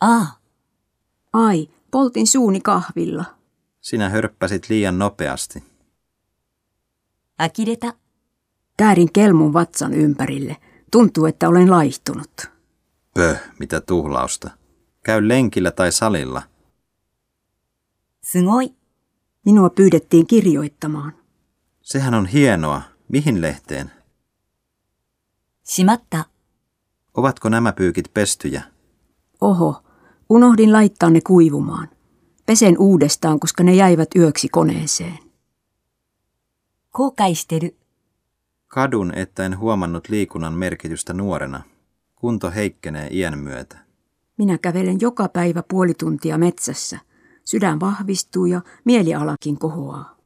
Ah, Ai, poltin suuni kahvilla. Sinä hörppäsit liian nopeasti. 呆れた。 Käärin kelmun vatsan ympärille. Tuntuu, että olen laihtunut. Pöh, Öh, mitä tuhlausta. Käy lenkillä tai salilla. すごい。 Minua pyydettiin kirjoittamaan. Sehän on hienoa. Mihin lehteen? しまった。 Ovatko nämä pyykit pestyjä? Oho, unohdin laittaa ne kuivumaan. Pesen uudestaan, koska ne jäivät yöksi koneeseen. 後悔してる。 Kadun, että en huomannut liikunnan merkitystä nuorena. Kunto heikkenee iän myötä. Minä kävelen joka päivä puoli tuntia metsässä. Sydän vahvistuu ja mielialakin kohoaa.